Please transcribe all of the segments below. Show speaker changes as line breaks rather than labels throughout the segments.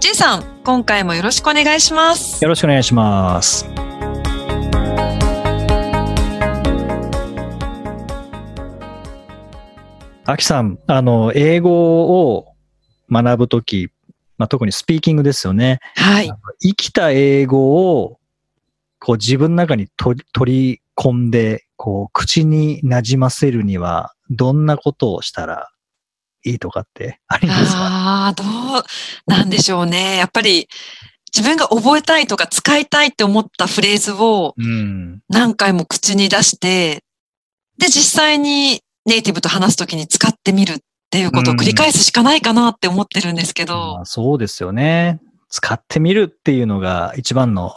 J さん、今回もよろしくお願いします。
よろしくお願いしますあきさん、あの、英語を学ぶとき、まあ、特にスピーキングですよね。
はい。
生きた英語をこう自分の中に取り取り込んでこう口になじませるにはどんなことをしたらいいとかってありますか
ああ、どうなんでしょうね。やっぱり自分が覚えたいとか使いたいって思ったフレーズを
うん。
何回も口に出して、で、実際にネイティブと話すときに使ってみるっていうことを繰り返すしかないかなって思ってるんですけど
ま、あそうですよね。使ってみるっていうのが一番の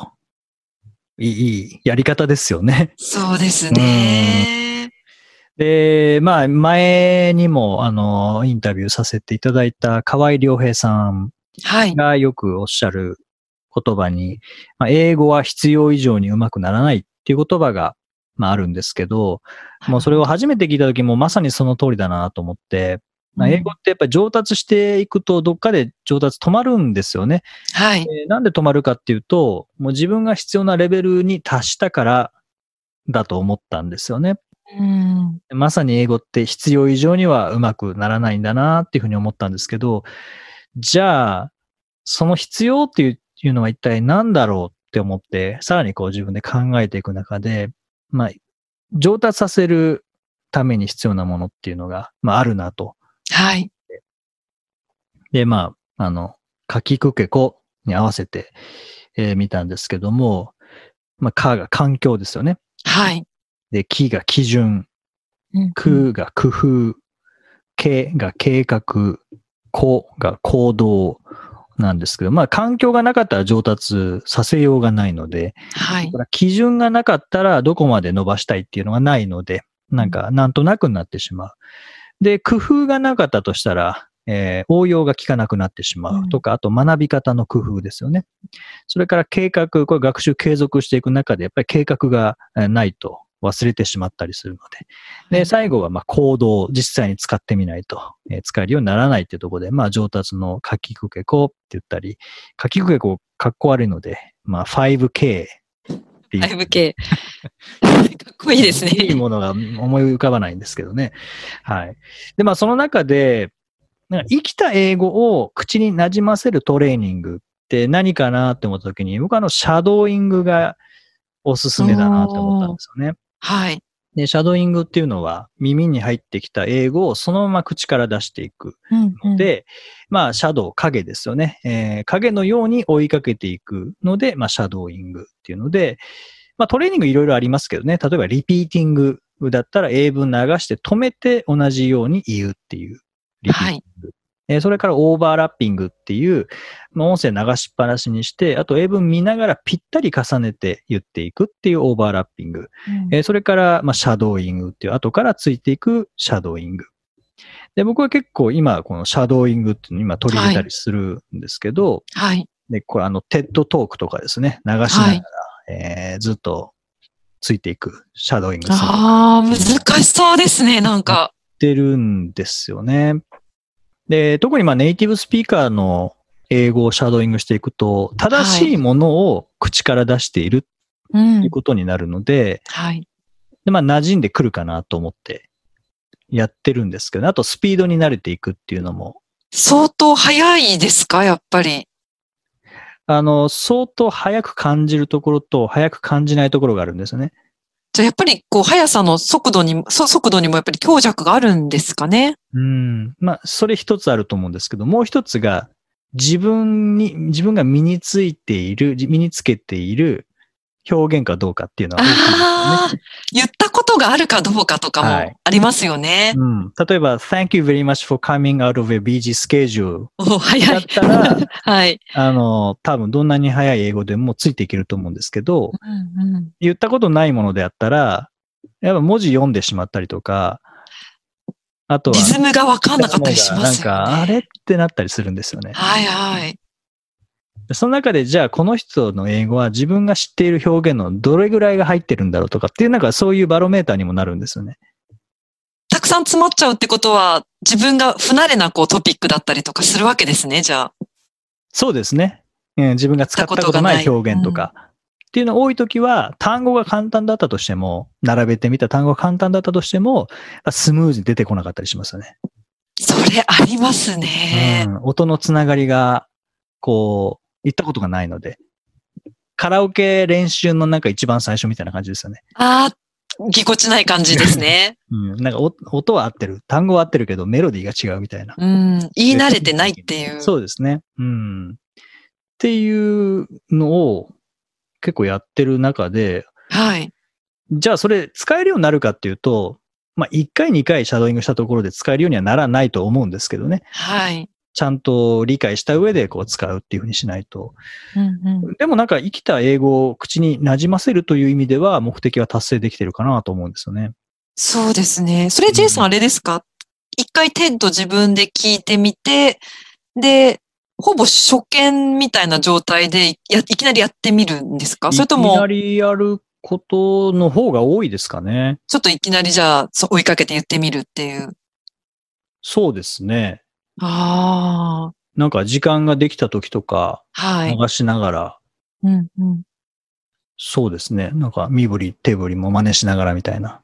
いいいいやり方ですよね。
そうですね。
で、まあ前にもあのインタビューさせていただいた河合良平さん
はい。
がよくおっしゃる言葉に、まあ、英語は必要以上にうまくならないっていう言葉が、まあ、あるんですけど、もうそれを初めて聞いた時もまさにその通りだなと思って、まあ、英語ってやっぱり上達していくとどっかで上達止まるんですよね。
はい。
でなんで止まるかっていうと、もう自分が必要なレベルに達したからだと思ったんですよね。
うん
まさに英語って必要以上にはうまくならないんだなっていうふうに思ったんですけど、じゃあ、その必要っていういうのは一体何だろうって思って、さらにこう自分で考えていく中で、まあ、上達させるために必要なものっていうのが、まあ、あるなと。
はい。
で、まあ、あの、かきくけこに合わせて、えー見たんですけども、まあ、かが環境ですよね。
はい。
で、きが基準、
うん
くが工夫、けが計画、こが行動なんですけど、まあ環境がなかったら上達させようがないので、
はい
だか。ら基準がなかったらどこまで伸ばしたいっていうのがないので、なんかなんとなくなってしまう。で、工夫がなかったとしたら、えー応用が効かなくなってしまうとか、あと学び方の工夫ですよね。それから計画、これ学習継続していく中で、やっぱり計画がえーないと忘れてしまったりするので、
は
で、
い
最後は、まあ、行動を実際に使ってみないと、えー使えるようにならないっていうところで、まあ、上達の書きくけこって言ったり、書きくけこ、かっこ悪いので、まあ、5K っていう。
5K。かっこいいです
いい
ね。
ものが思い浮かばないんですけどね。はい。で、まあ、その中で、なんか生きた英語を口になじませるトレーニングって何かなって思った時に、僕はあの、シャドーイングがおすすめだなって思ったんですよね。
はい。
で、シャドーイングっていうのは耳に入ってきた英語をそのまま口から出していく
うんうん
の、で、まあ、シャドウ、影ですよね。えー影のように追いかけていくので、まあ、シャドーイングっていうので、まあ、トレーニングいろいろありますけどね、例えばリピーティングだったら英文流して止めて同じように言うっていうリピーティング。
はい。
えーそれからオーバーラッピングっていう、まあ、音声流しっぱなしにして、あと英文見ながらぴったり重ねて言っていくっていうオーバーラッピング。えーそれから、まあ、シャドーイングっていう、後からついていくシャドーイング。で、僕は結構今、このシャドーイングっていうのを今取り入れたりするんですけど、
はい。
で、これあの、テッドトークとかですね、流しながら、
はい
えーずっとついていくシャドーイングされ
ああ、難しそうですね、なんか。
てるんですよね。で、特にまあネイティブスピーカーの英語をシャドーイングしていくと、正しいものを口から出している
う
とい
ん
う。ことになるので、
はい。
で、まあ、馴染んでくるかなと思ってやってるんですけど、あとスピードに慣れていくっていうのも、
相当早いですか、やっぱり。
あの、相当早く感じるところと、早く感じないところがあるんですよね。
じゃあやっぱりこう速さの速度に、そ速度にもやっぱり強弱があるんですかね。
うん。まあ、それ一つあると思うんですけど、もう一つが、自分に、自分が身についている、じ身につけている表現かどうかっていうのは大きいですよね
ああ、言ったことがあるかどうかとか
は
も
い
ありますよね。
うん、例えば、Thank you very much for coming out of a busy schedule
お早
だ
い
っ。た ら、
はい。
あの、多分どんなに早い英語でもついていけると思うんですけど、
うんうん
言ったことないものであったら、やっぱ文字読んでしまったりとか、あとは、
リズムがわかんなかったりしますよ
なんか、あ
ね。
れってなったりするんですよね。
はいはい。
その中で、じゃあこの人の英語は自分が知っている表現のどれぐらいが入ってるんだろうとかっていう、なんかそういうバロメーターにもなるんですよね。
たくさん詰まっちゃうってことは、自分が不慣れなこうトピックだったりとかするわけですね、じゃあ。
そうですね。うん自分が使ったことない表現とか。っていうの多いときは、単語が簡単だったとしても、並べてみた単語が簡単だったとしても、スムーズに出てこなかったりしますよね。
それありますね。
うん、音のつながりが、こう、言ったことがないので。カラオケ練習のなんか一番最初みたいな感じですよね。
ああ、ぎこちない感じですね。
うん、なんかお音は合ってる。単語は合ってるけど、メロディー が違うみたいな。
うん。言い慣れてないっていう。
そうですね。うん。っていうのを結構やってる中で、
はい。
じゃあそれ使えるようになるかっていうと、まあ1回2回シャドーイングしたところで使えるようにはならないと思うんですけどね。
はい。
ちゃんと理解した上でこう使うっていうふうにしないと。
うんうん
でもなんか生きた英語を口に馴染ませるという意味では目的は達成できてるかなと思うんですよね。
そうですね。それ、J さん、
うん
あれですか一回テッド自分で聞いてみて、で、ほぼ初見みたいな状態でや、いきなりやってみるんですかそれと
いきな
も、
りやることの方が多いですかね。
ちょっといきなりじゃあ、そう追いかけて言ってみるっていう。
そうですね。
ああ、
なんか時間ができた時とか
はい。
流しながら、
うんうん、そう
そうですね。なんか身振り手振りも真似しながらみたいな。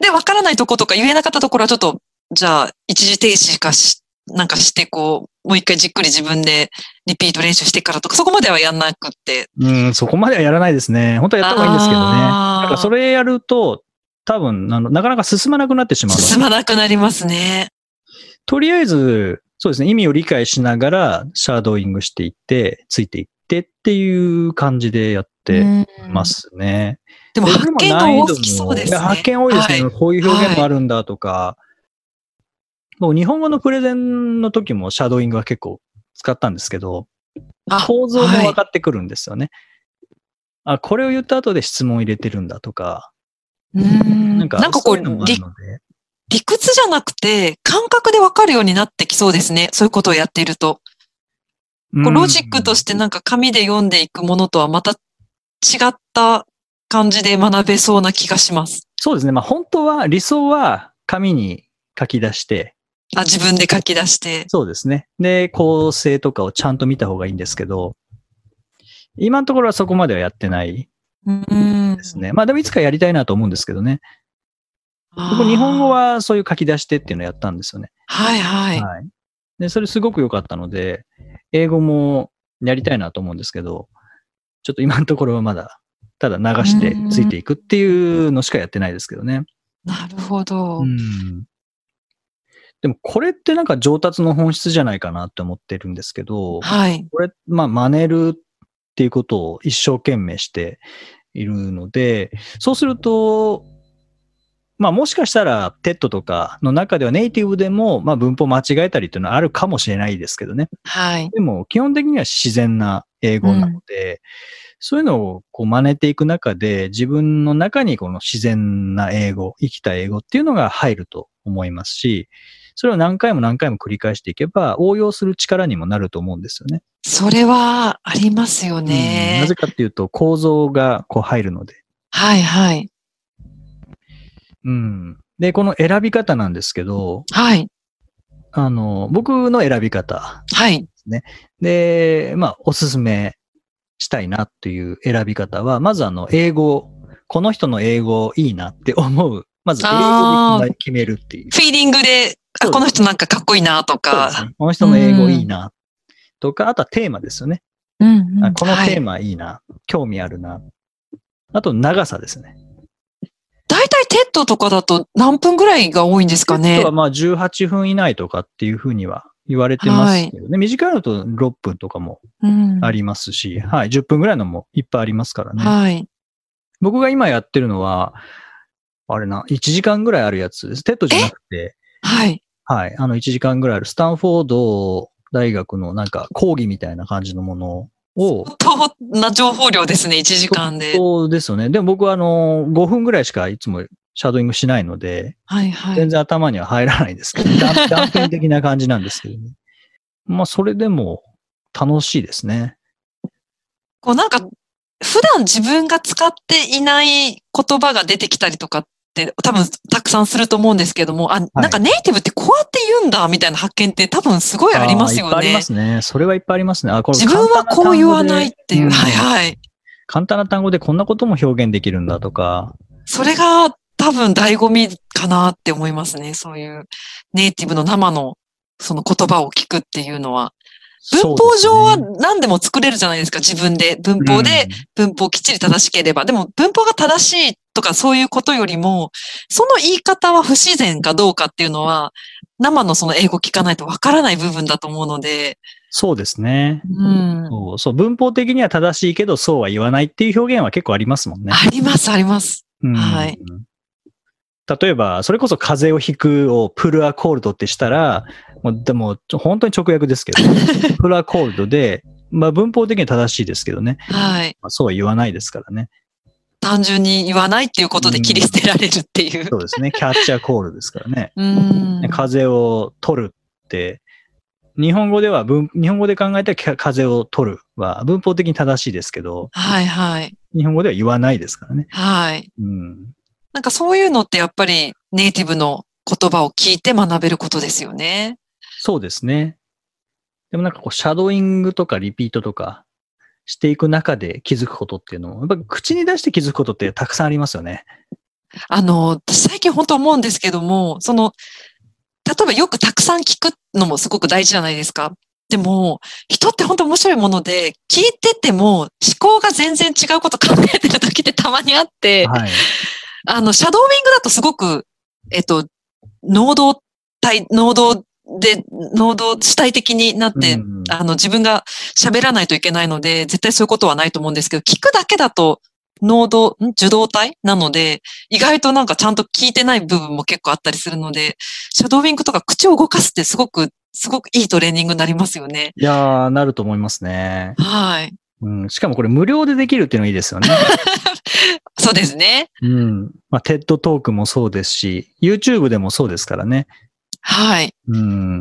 で、わからないとことか言えなかったところはちょっと、じゃあ、一時停止かし、なんかして、こう、もう一回じっくり自分でリピート練習してからとか、そこまではやんなくって。
うん、そこまではやらないですね。本当はやった方がいいんですけどね。
あー
なんかそれやると、多分あの、なかなか進まなくなってしまうので
進まなくなりますね。
とりあえず、そうですね、意味を理解しながら、シャドーイングしていって、ついていってっていう感じでやって
うん
ますね。
でも
で
発見が
難
大
易度も
きそうです
い
ね。
や発見多いですね。
は
こういう表現もあるんだとか。もう日本語のプレゼンの時もシャドーイングは結構使ったんですけど、
あ
構造も
はい
分かってくるんですよね。あ、これを言った後で質問を入れてるんだとか。
うん
な
なんん
か、
かこ
そ
う
ういうのもある
理、
ので。
理屈じゃなくて、感覚でわかるようになってきそうですね。そういうことをやっていると。こうロジックとして
うん
なんか紙で読んでいくものとはまた違った感じで学べそうな気がします。
そうですね。まあ本当は、理想は紙に書き出して、
あ、自分で書き出して。
そうですね。で、構成とかをちゃんと見た方がいいんですけど、今のところはそこまではやってない
うん
ですね。まあでもいつかやりたいなと思うんですけどね。
あ
僕
ー
日本語。はそういう書き出してっていうのをやったんですよね。
はいはい。
はい。で、それすごく良かったので、英語もやりたいなと思うんですけど、ちょっと今のところはまだ、ただ流してついていくっていうのしかやってないですけどね。
なるほど
う。ん。でもこれってなんか上達の本質じゃないかなって思ってるんですけど、
はい。
これ、まあ、真似るっていうことを一生懸命しているので、そうすると、まあ、もしかしたら、テッドとかの中ではネイティブでも、まあ、文法間違えたりっていうのはあるかもしれないですけどね。
はい。
でも、基本的には自然な英語なので、そういうのをこう真似ていく中で、自分の中にこの自然な英語、生きた英語っていうのが入ると思いますし、それを何回も何回も繰り返していけば、応用する力にもなると思うんですよね。
それはありますよ
うん
ね
なぜ。かっていうと構造がこう入るので。
はいはい。
うん。で、この選び方なんですけど、
はい。
あの、僕の選び方
はい。
で、まあ、おすすめしたいなっていう選び方は、まずあの、英語、この人の英語いいなって思う。まず、英
あー
語で決めるっていう。
フィーリングで、あ、この人なんかかっこいいなと
そうです
か。
ねこの人の英語いいな。とか、あとはテーマですよね。
うんうん
あこのテー
はい
マいいな、興味あるな。あと、長さですね。
大体テッドとかだと何分ぐらいが多いんですか
テス
ね
トは。まあ18分以内とかっていうふうには言われてますけどね。短いのだと6分とかも
うん。
ありますし、はい、10分ぐらいのもいっぱいありますからね。
はい。
僕が今やってるのは、あれな、1時間ぐらいあるやつです。テッドじゃなくて、
はい。
はい、あの1時間ぐらいあるスタンフォード大学のなんか講義みたいな感じのものを、
相当な情報量ですね、1時間で。
そうですよね。でも僕はあの、5分ぐらいしかいつもシャドウイングしないので、
はいは
全
い。
然頭には入らない ですけど、断断片的な感じなんですけどね。まあ、それでも楽しいですね。
こうなんか、普段自分が使っていない言葉が出てきたりとかって、多分たくさんすると思うんですけども、あ、なんかネイティブってこうやって言うんだ、みたいな発見って多分すごいありますよ
あーいっぱいあり
ね
ま。すね。それはいっぱいありますね。あ、これ
自分はこう言わないっていう。
ん
はいはい。
簡単な単語でこんなことも表現できるんだとか、
それが多分醍醐味かなって思いますね。そういうネイティブの生のその言葉を聞くっていうのは。文法上は
そうですね
何でも作れるじゃないですか、自分で。文法で、文法をきっちり正しければ。でも文法が正しいとかそういうことよりも、その言い方は不自然かどうかっていうのは、生のその英語聞かないとわからない部分だと思うので、
そうですね。
うん。
そうそう文法的には正しいけど、そうは言わないっていう表現は結構ありますもんね。
あります、あります。
うん
はい
例えば、それこそ風邪をひくをプルアコールドってしたら、もうでもちょ本当に直訳ですけ ど、プルアコールドで、まあ文法的には正しいですけどね、
はい。
まあ、そうは言わないですからね。
単純に言わないっていうことで切り捨てられるっていう
そ。うですね、キャッチャーコールですからね。
うん。
風邪を取るって、日本語では文、日本語で考えたらきゃ風邪を取るは文法的に正しいですけど、
はいはい。
日本語では言わないですからね。
はい。
うん。
なんかそういうのってやっぱりネイティブの言葉を聞いて学べることですよね。
そうですね。でもなんかこう、シャドーイングとかリピートとかしていく中で気づくことっていうのも、やっぱり口に出して気づくことってたくさんありますよね。
あの、私最近本当思うんですけども、その、例えばよくたくさん聞くのもすごく大事じゃないですか。でも、人って本当面白いもので、聞いてても思考が全然違うこと考えてる時ってたまにあって、
はい。
あの、シャドーウィングだとすごく、えっと、能動体、能動で、能動主体的になって
うん
あの、自分が喋らないといけないので、絶対そういうことはないと思うんですけど、聞くだけだと、能動、ん受動体なので、意外となんかちゃんと聞いてない部分も結構あったりするので、シャドーウィングとか口を動かすってすごく、すごくいいトレーニングになりますよね。
いやー、なると思いますね。
はい。
うん。しかもこれ無料でできるっていうのがいい ですよね。
そうですね。
うん。まあ、TED トークもそうですし、YouTube でもそうですからね。
はい。
うん。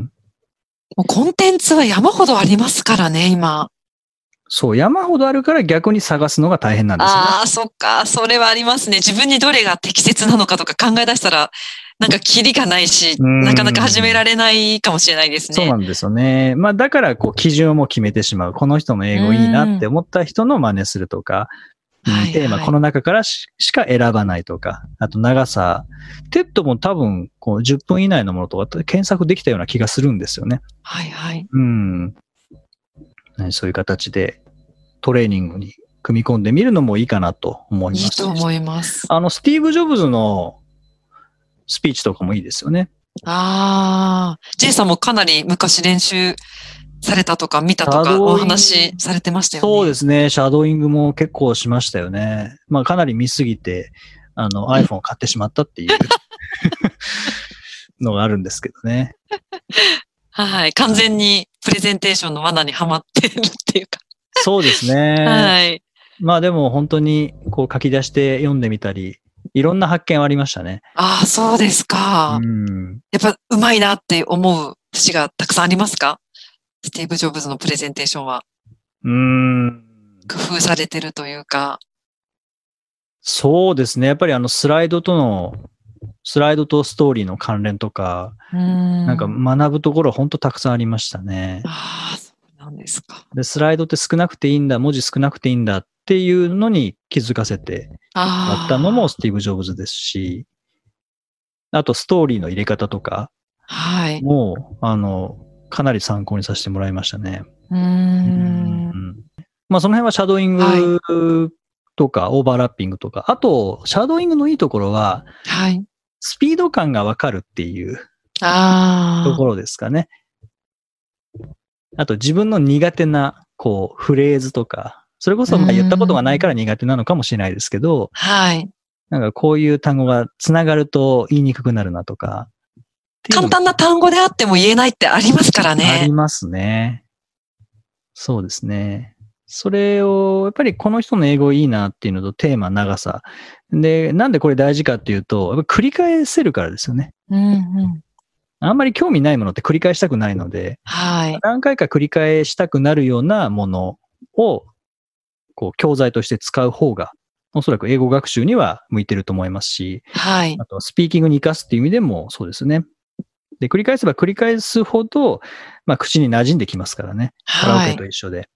もうコンテンツは山ほどありますからね、今。
そう、山ほどあるから逆に探すのが大変なんですよね。
ああ、そっか。それはありますね。自分にどれが適切なのかとか考え出したら、なんかキリがないし、
うん
なかなか始められないかもしれないですね。
そうなんですよね。まあだからこう基準をもう決めてしまう。この人の英語いいなって思った人の真似するとか、うん
はい
テーマ
はい
この中からししか選ばないとか、あと長さ。テッドも多分こう10分以内のものとか検索できたような気がするんですよね。
はいはい。
うん。ねそういう形でトレーニングに組み込んでみるのもいいかなと思いま
い
す。
いと思います。
あの、スティーブ・ジョブズのスピーチとかもいいですよね。
ああ。ジェイさんもかなり昔練習されたとか見たと
シャ
か
ドーイン
お話しされてましたよね。。
そうですすね。シャドーイングも結構しましたよね。まあ、かなり見すぎて、あの、iPhone を買ってしまった っていうのがあるんですけどね。
はい。完全にプレゼンテーションの罠にはまってるっていうか。
そうですね。
はい。
まあ、でも本当に、こう書き出して読んでみたり、いろんな発見はありましたね。
ああ、そうですか。
うん。
やっぱうまいなって思う節がたくさんありますかスティーブ・ジョブズのプレゼンテーションは
うん。
工夫されてるというか。
そうですね。やっぱりあの、スライドとの、スライドとストーリーの関連とか、
な
なんか学ぶところ本当たくさんありましたね。
ああ、そうなんですか。
で、スライドって少なくていいんだ、文字少なくていいんだっていうのに気づかせて
ああ。
やったのもスティーブ・ジョブズですし、あとストーリーの入れ方とか
はい。
も、あの、かなり参考にさせてもらいましたね。
う
う
ー。
んんまあその辺はシャドーイングとかオーバーラッピングとか、あと、シャドーイングのいいところは、
はい。
スピード感がわかるっていう
ああ。
ところですかね。あと自分の苦手な、こう、フレーズとか、それこそまあ言ったことがないから苦手なのかもしれないですけど、
はい。
なんかこういう単語が繋がると言いにくくなるなとか。っていうのが
簡単な単語であっても言えないってありますから
あり
ね。
ますね。そうですね。それを、やっぱりこの人の英語いいなっていうのとテーマ、長さ。で、なんでこれ大事かっていうと、やっぱ繰り返せるからですよね。
うんうん。
あんまり興味ないものって繰り返したくないので、
はい。
何回か繰り返したくなるようなものを、こう、教材として使う方が、おそらく英語学習には向いてると思いますし、
はい。
あとスピーキングに活かすっていう意味でもそうですね。で、繰り返せば繰り返すほど、まあ、口に馴染んできますからね。カラオ
は
ケ
い
と。一緒で。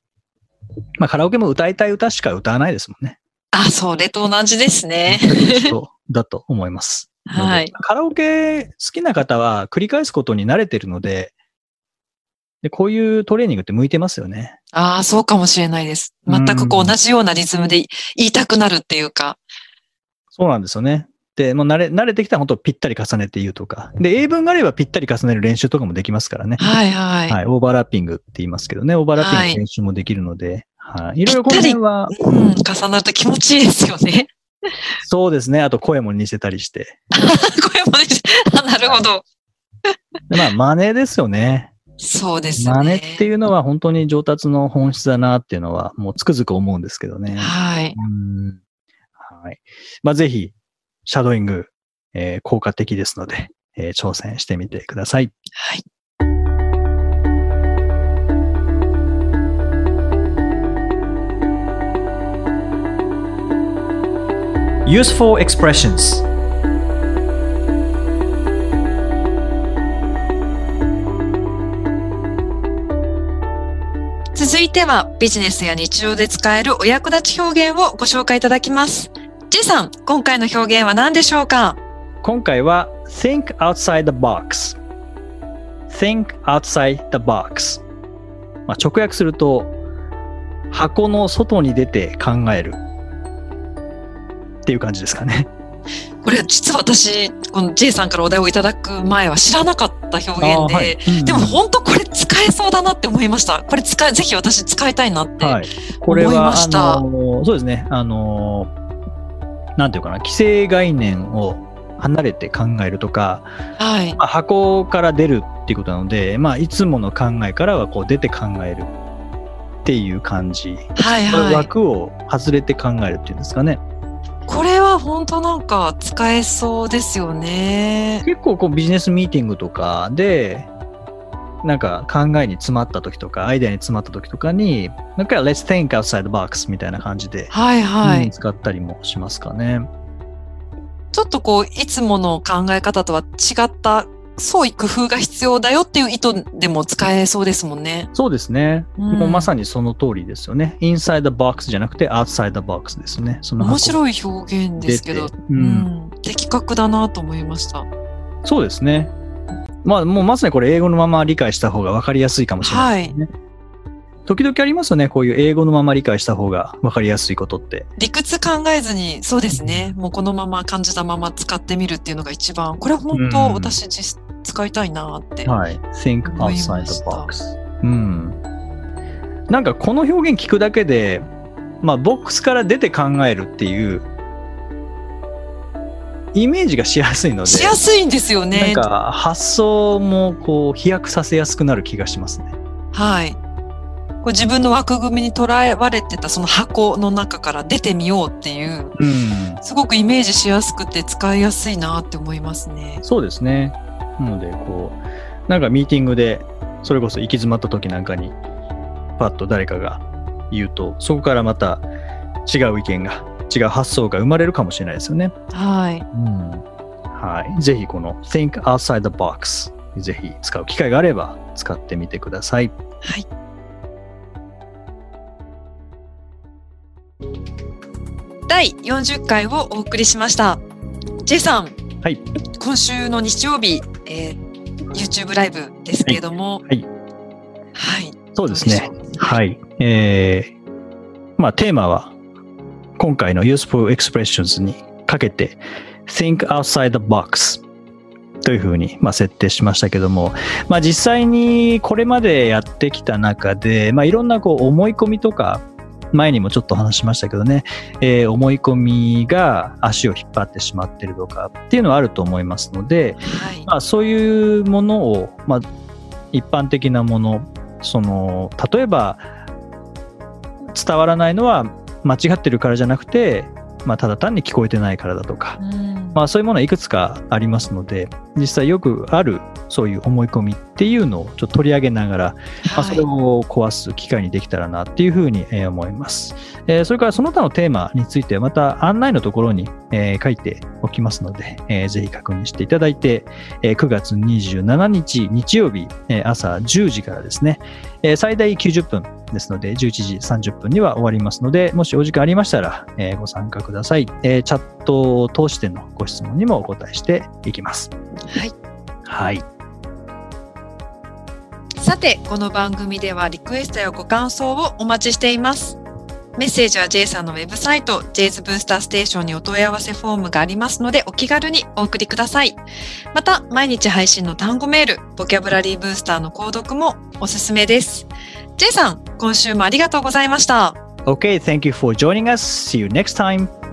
まあ、カラオケも歌いたい歌しか歌わないですもんね。
あ、それと同じですね。
一緒だと思います。
はい。
カラオケ好きな方は繰り返すことに慣れてるので、でこういうトレーニングって向いてますよね。
ああ、そうかもしれないです。全くこ
う
うん同じようなリズムで言いたくなるっていうか。
そうなんですよね。で、もう慣れ慣れてきたら本当ぴったり重ねて言うとか。で、英文があればぴったり重ねる練習とかもできますからね。
はいはい。
はい、オーバーラッピングって言いますけどね、オーバーラッピングの練習もできるので、はい、い、ろいろこの辺は、
うん、重なると気持ちいいですよね。
そうですね、あと声も似せたりして。
これもね、 あなるほど。
でまあ、真似ですよね。
そうですね。
真似っていうのは本当に上達の本質だなっていうのは、もうつくづく思うんですけどね。
はい。
うんはい。まあ、ぜひ、シャドーイング、えー効果的ですので、えー挑戦してみてください。
はい。
Useful expressions
続いては、ビジネスや日常で使えるお役立ち表現をご紹介いただきます。J さん、今回の表現は何でしょうか
今回は Think outside the box Think outside the box、まあ、直訳すると箱の外に出て考えるっていう感じですかね。
これ、実は私、この J さんからお題をいただく前は知らなかった表現で、
あーはいうん
でも本当これ使えそうだなって思いました。これ使え、ぜひ私使いたいなって。
はい、これ
思い
は
ました
あのそうですねあのなんていうかな既成概念を離れて考えるとか、
はい。
まあ、箱から出るっていうことなので、まあ、いつもの考えからはこう出て考えるっていう感じ
はいはい。
枠を外れて考えるっていうんですかね。
これは本当なんか使えそうですよね。
結構こうビジネスミーティングとかで、なんか考えに詰まった時とか、アイデアに詰まった時とかに、なんか Let's think outside the box みたいな感じで、
はいはい。
うん使ったりもしますかね。
ちょっとこう、いつもの考え方とは違った、創意工夫が必要だよっていう意図でも使えそうですもんね。
そうですね。
うん
もうまさにその通りですよね。Inside the box じゃなくて Outside the box ですね。その
面
い
白い表現ですけど、
う。
うんん、的確だなと思いました。
そうですね。まあもうまさにこれ英語のまま理解した方が分かりやすいかもしれない。
はい。
時々ありますよね。こういう英語のまま理解した方が分かりやすいことって。
理屈考えずに、そうですね。もうこのまま感じたまま使ってみるっていうのが一番、これ本
うん
当私実使いたいなって。
はい。think
思いました
outside the box。うん。なんかこの表現聞くだけで、まあ、ボックスから出て考えるっていう、イメージがしやすいので、
しやすいんですよ
なん
ね。
か発想もこう飛躍させやすくなる気がしますね。
はい。こう自分の枠組みに捉えられてたその箱の中から出てみようっていう
うん。
すごくイメージしやすくて使いやすいなって思いますね。
そうですね。なので、こう、なんかミーティングで、それこそ行き詰まった時なんかに、パッと誰かが言うと、そこからまた違う意見が、違う発想が生まれるかもしれないですよね。
はい。
うんはい。ぜひこの Think Outside the Box、ぜひ使う機会があれば使ってみてください。
はい。第40回をお送りしました。J さん。
はい
今週の日曜日、えー YouTube ライブですけれども。
はい
はい。
そうですね。
どうでしょう。
はい。えー、まあテーマは今回の Useful Expressions にかけて Think Outside the Box というふうに、まあ、設定しましたけども、まあ、実際にこれまでやってきた中で、まあ、いろんなこう思い込みとか前にもちょっと話しましたけどね、えー思い込みが足を引っ張ってしまってるとかっていうのはあると思いますので、
はい。
まあ、そういうものを、まあ、一般的なものその例えば伝わらないのは間違ってるからじゃなくて、まあ、ただ単に聞こえてないからだとか、
うん
まあ、そういうものはいくつかありますので実際よくあるそういう思い込みっていうのをちょっと取り上げながら、まあ、それ
はい
を壊す機会にできたらなっていうふうにえー思います。えーそれからその他のテーマについてはまた案内のところにえー書いておきますので、えーぜひ確認していただいて、えー9月27日日曜日えー朝10時からですね、えー最大90分ですので11時30分には終わりますので、もしお時間ありましたらえーご参加ください。えーチャットを通してのご質問にもお答えしていきます。
はい。
はい。
さて、この番組ではリクエストやご感想をお待ちしています。メッセージは J さんのウェブサイト、J's ブースターステーションにお問い合わせフォームがありますので、お気軽にお送りください。また、毎日配信の単語メール、ボキャブラリーブースターの購読もおすすめです。J さん、今週もありがとうございました。
Okay, thank you for joining us. See you next time.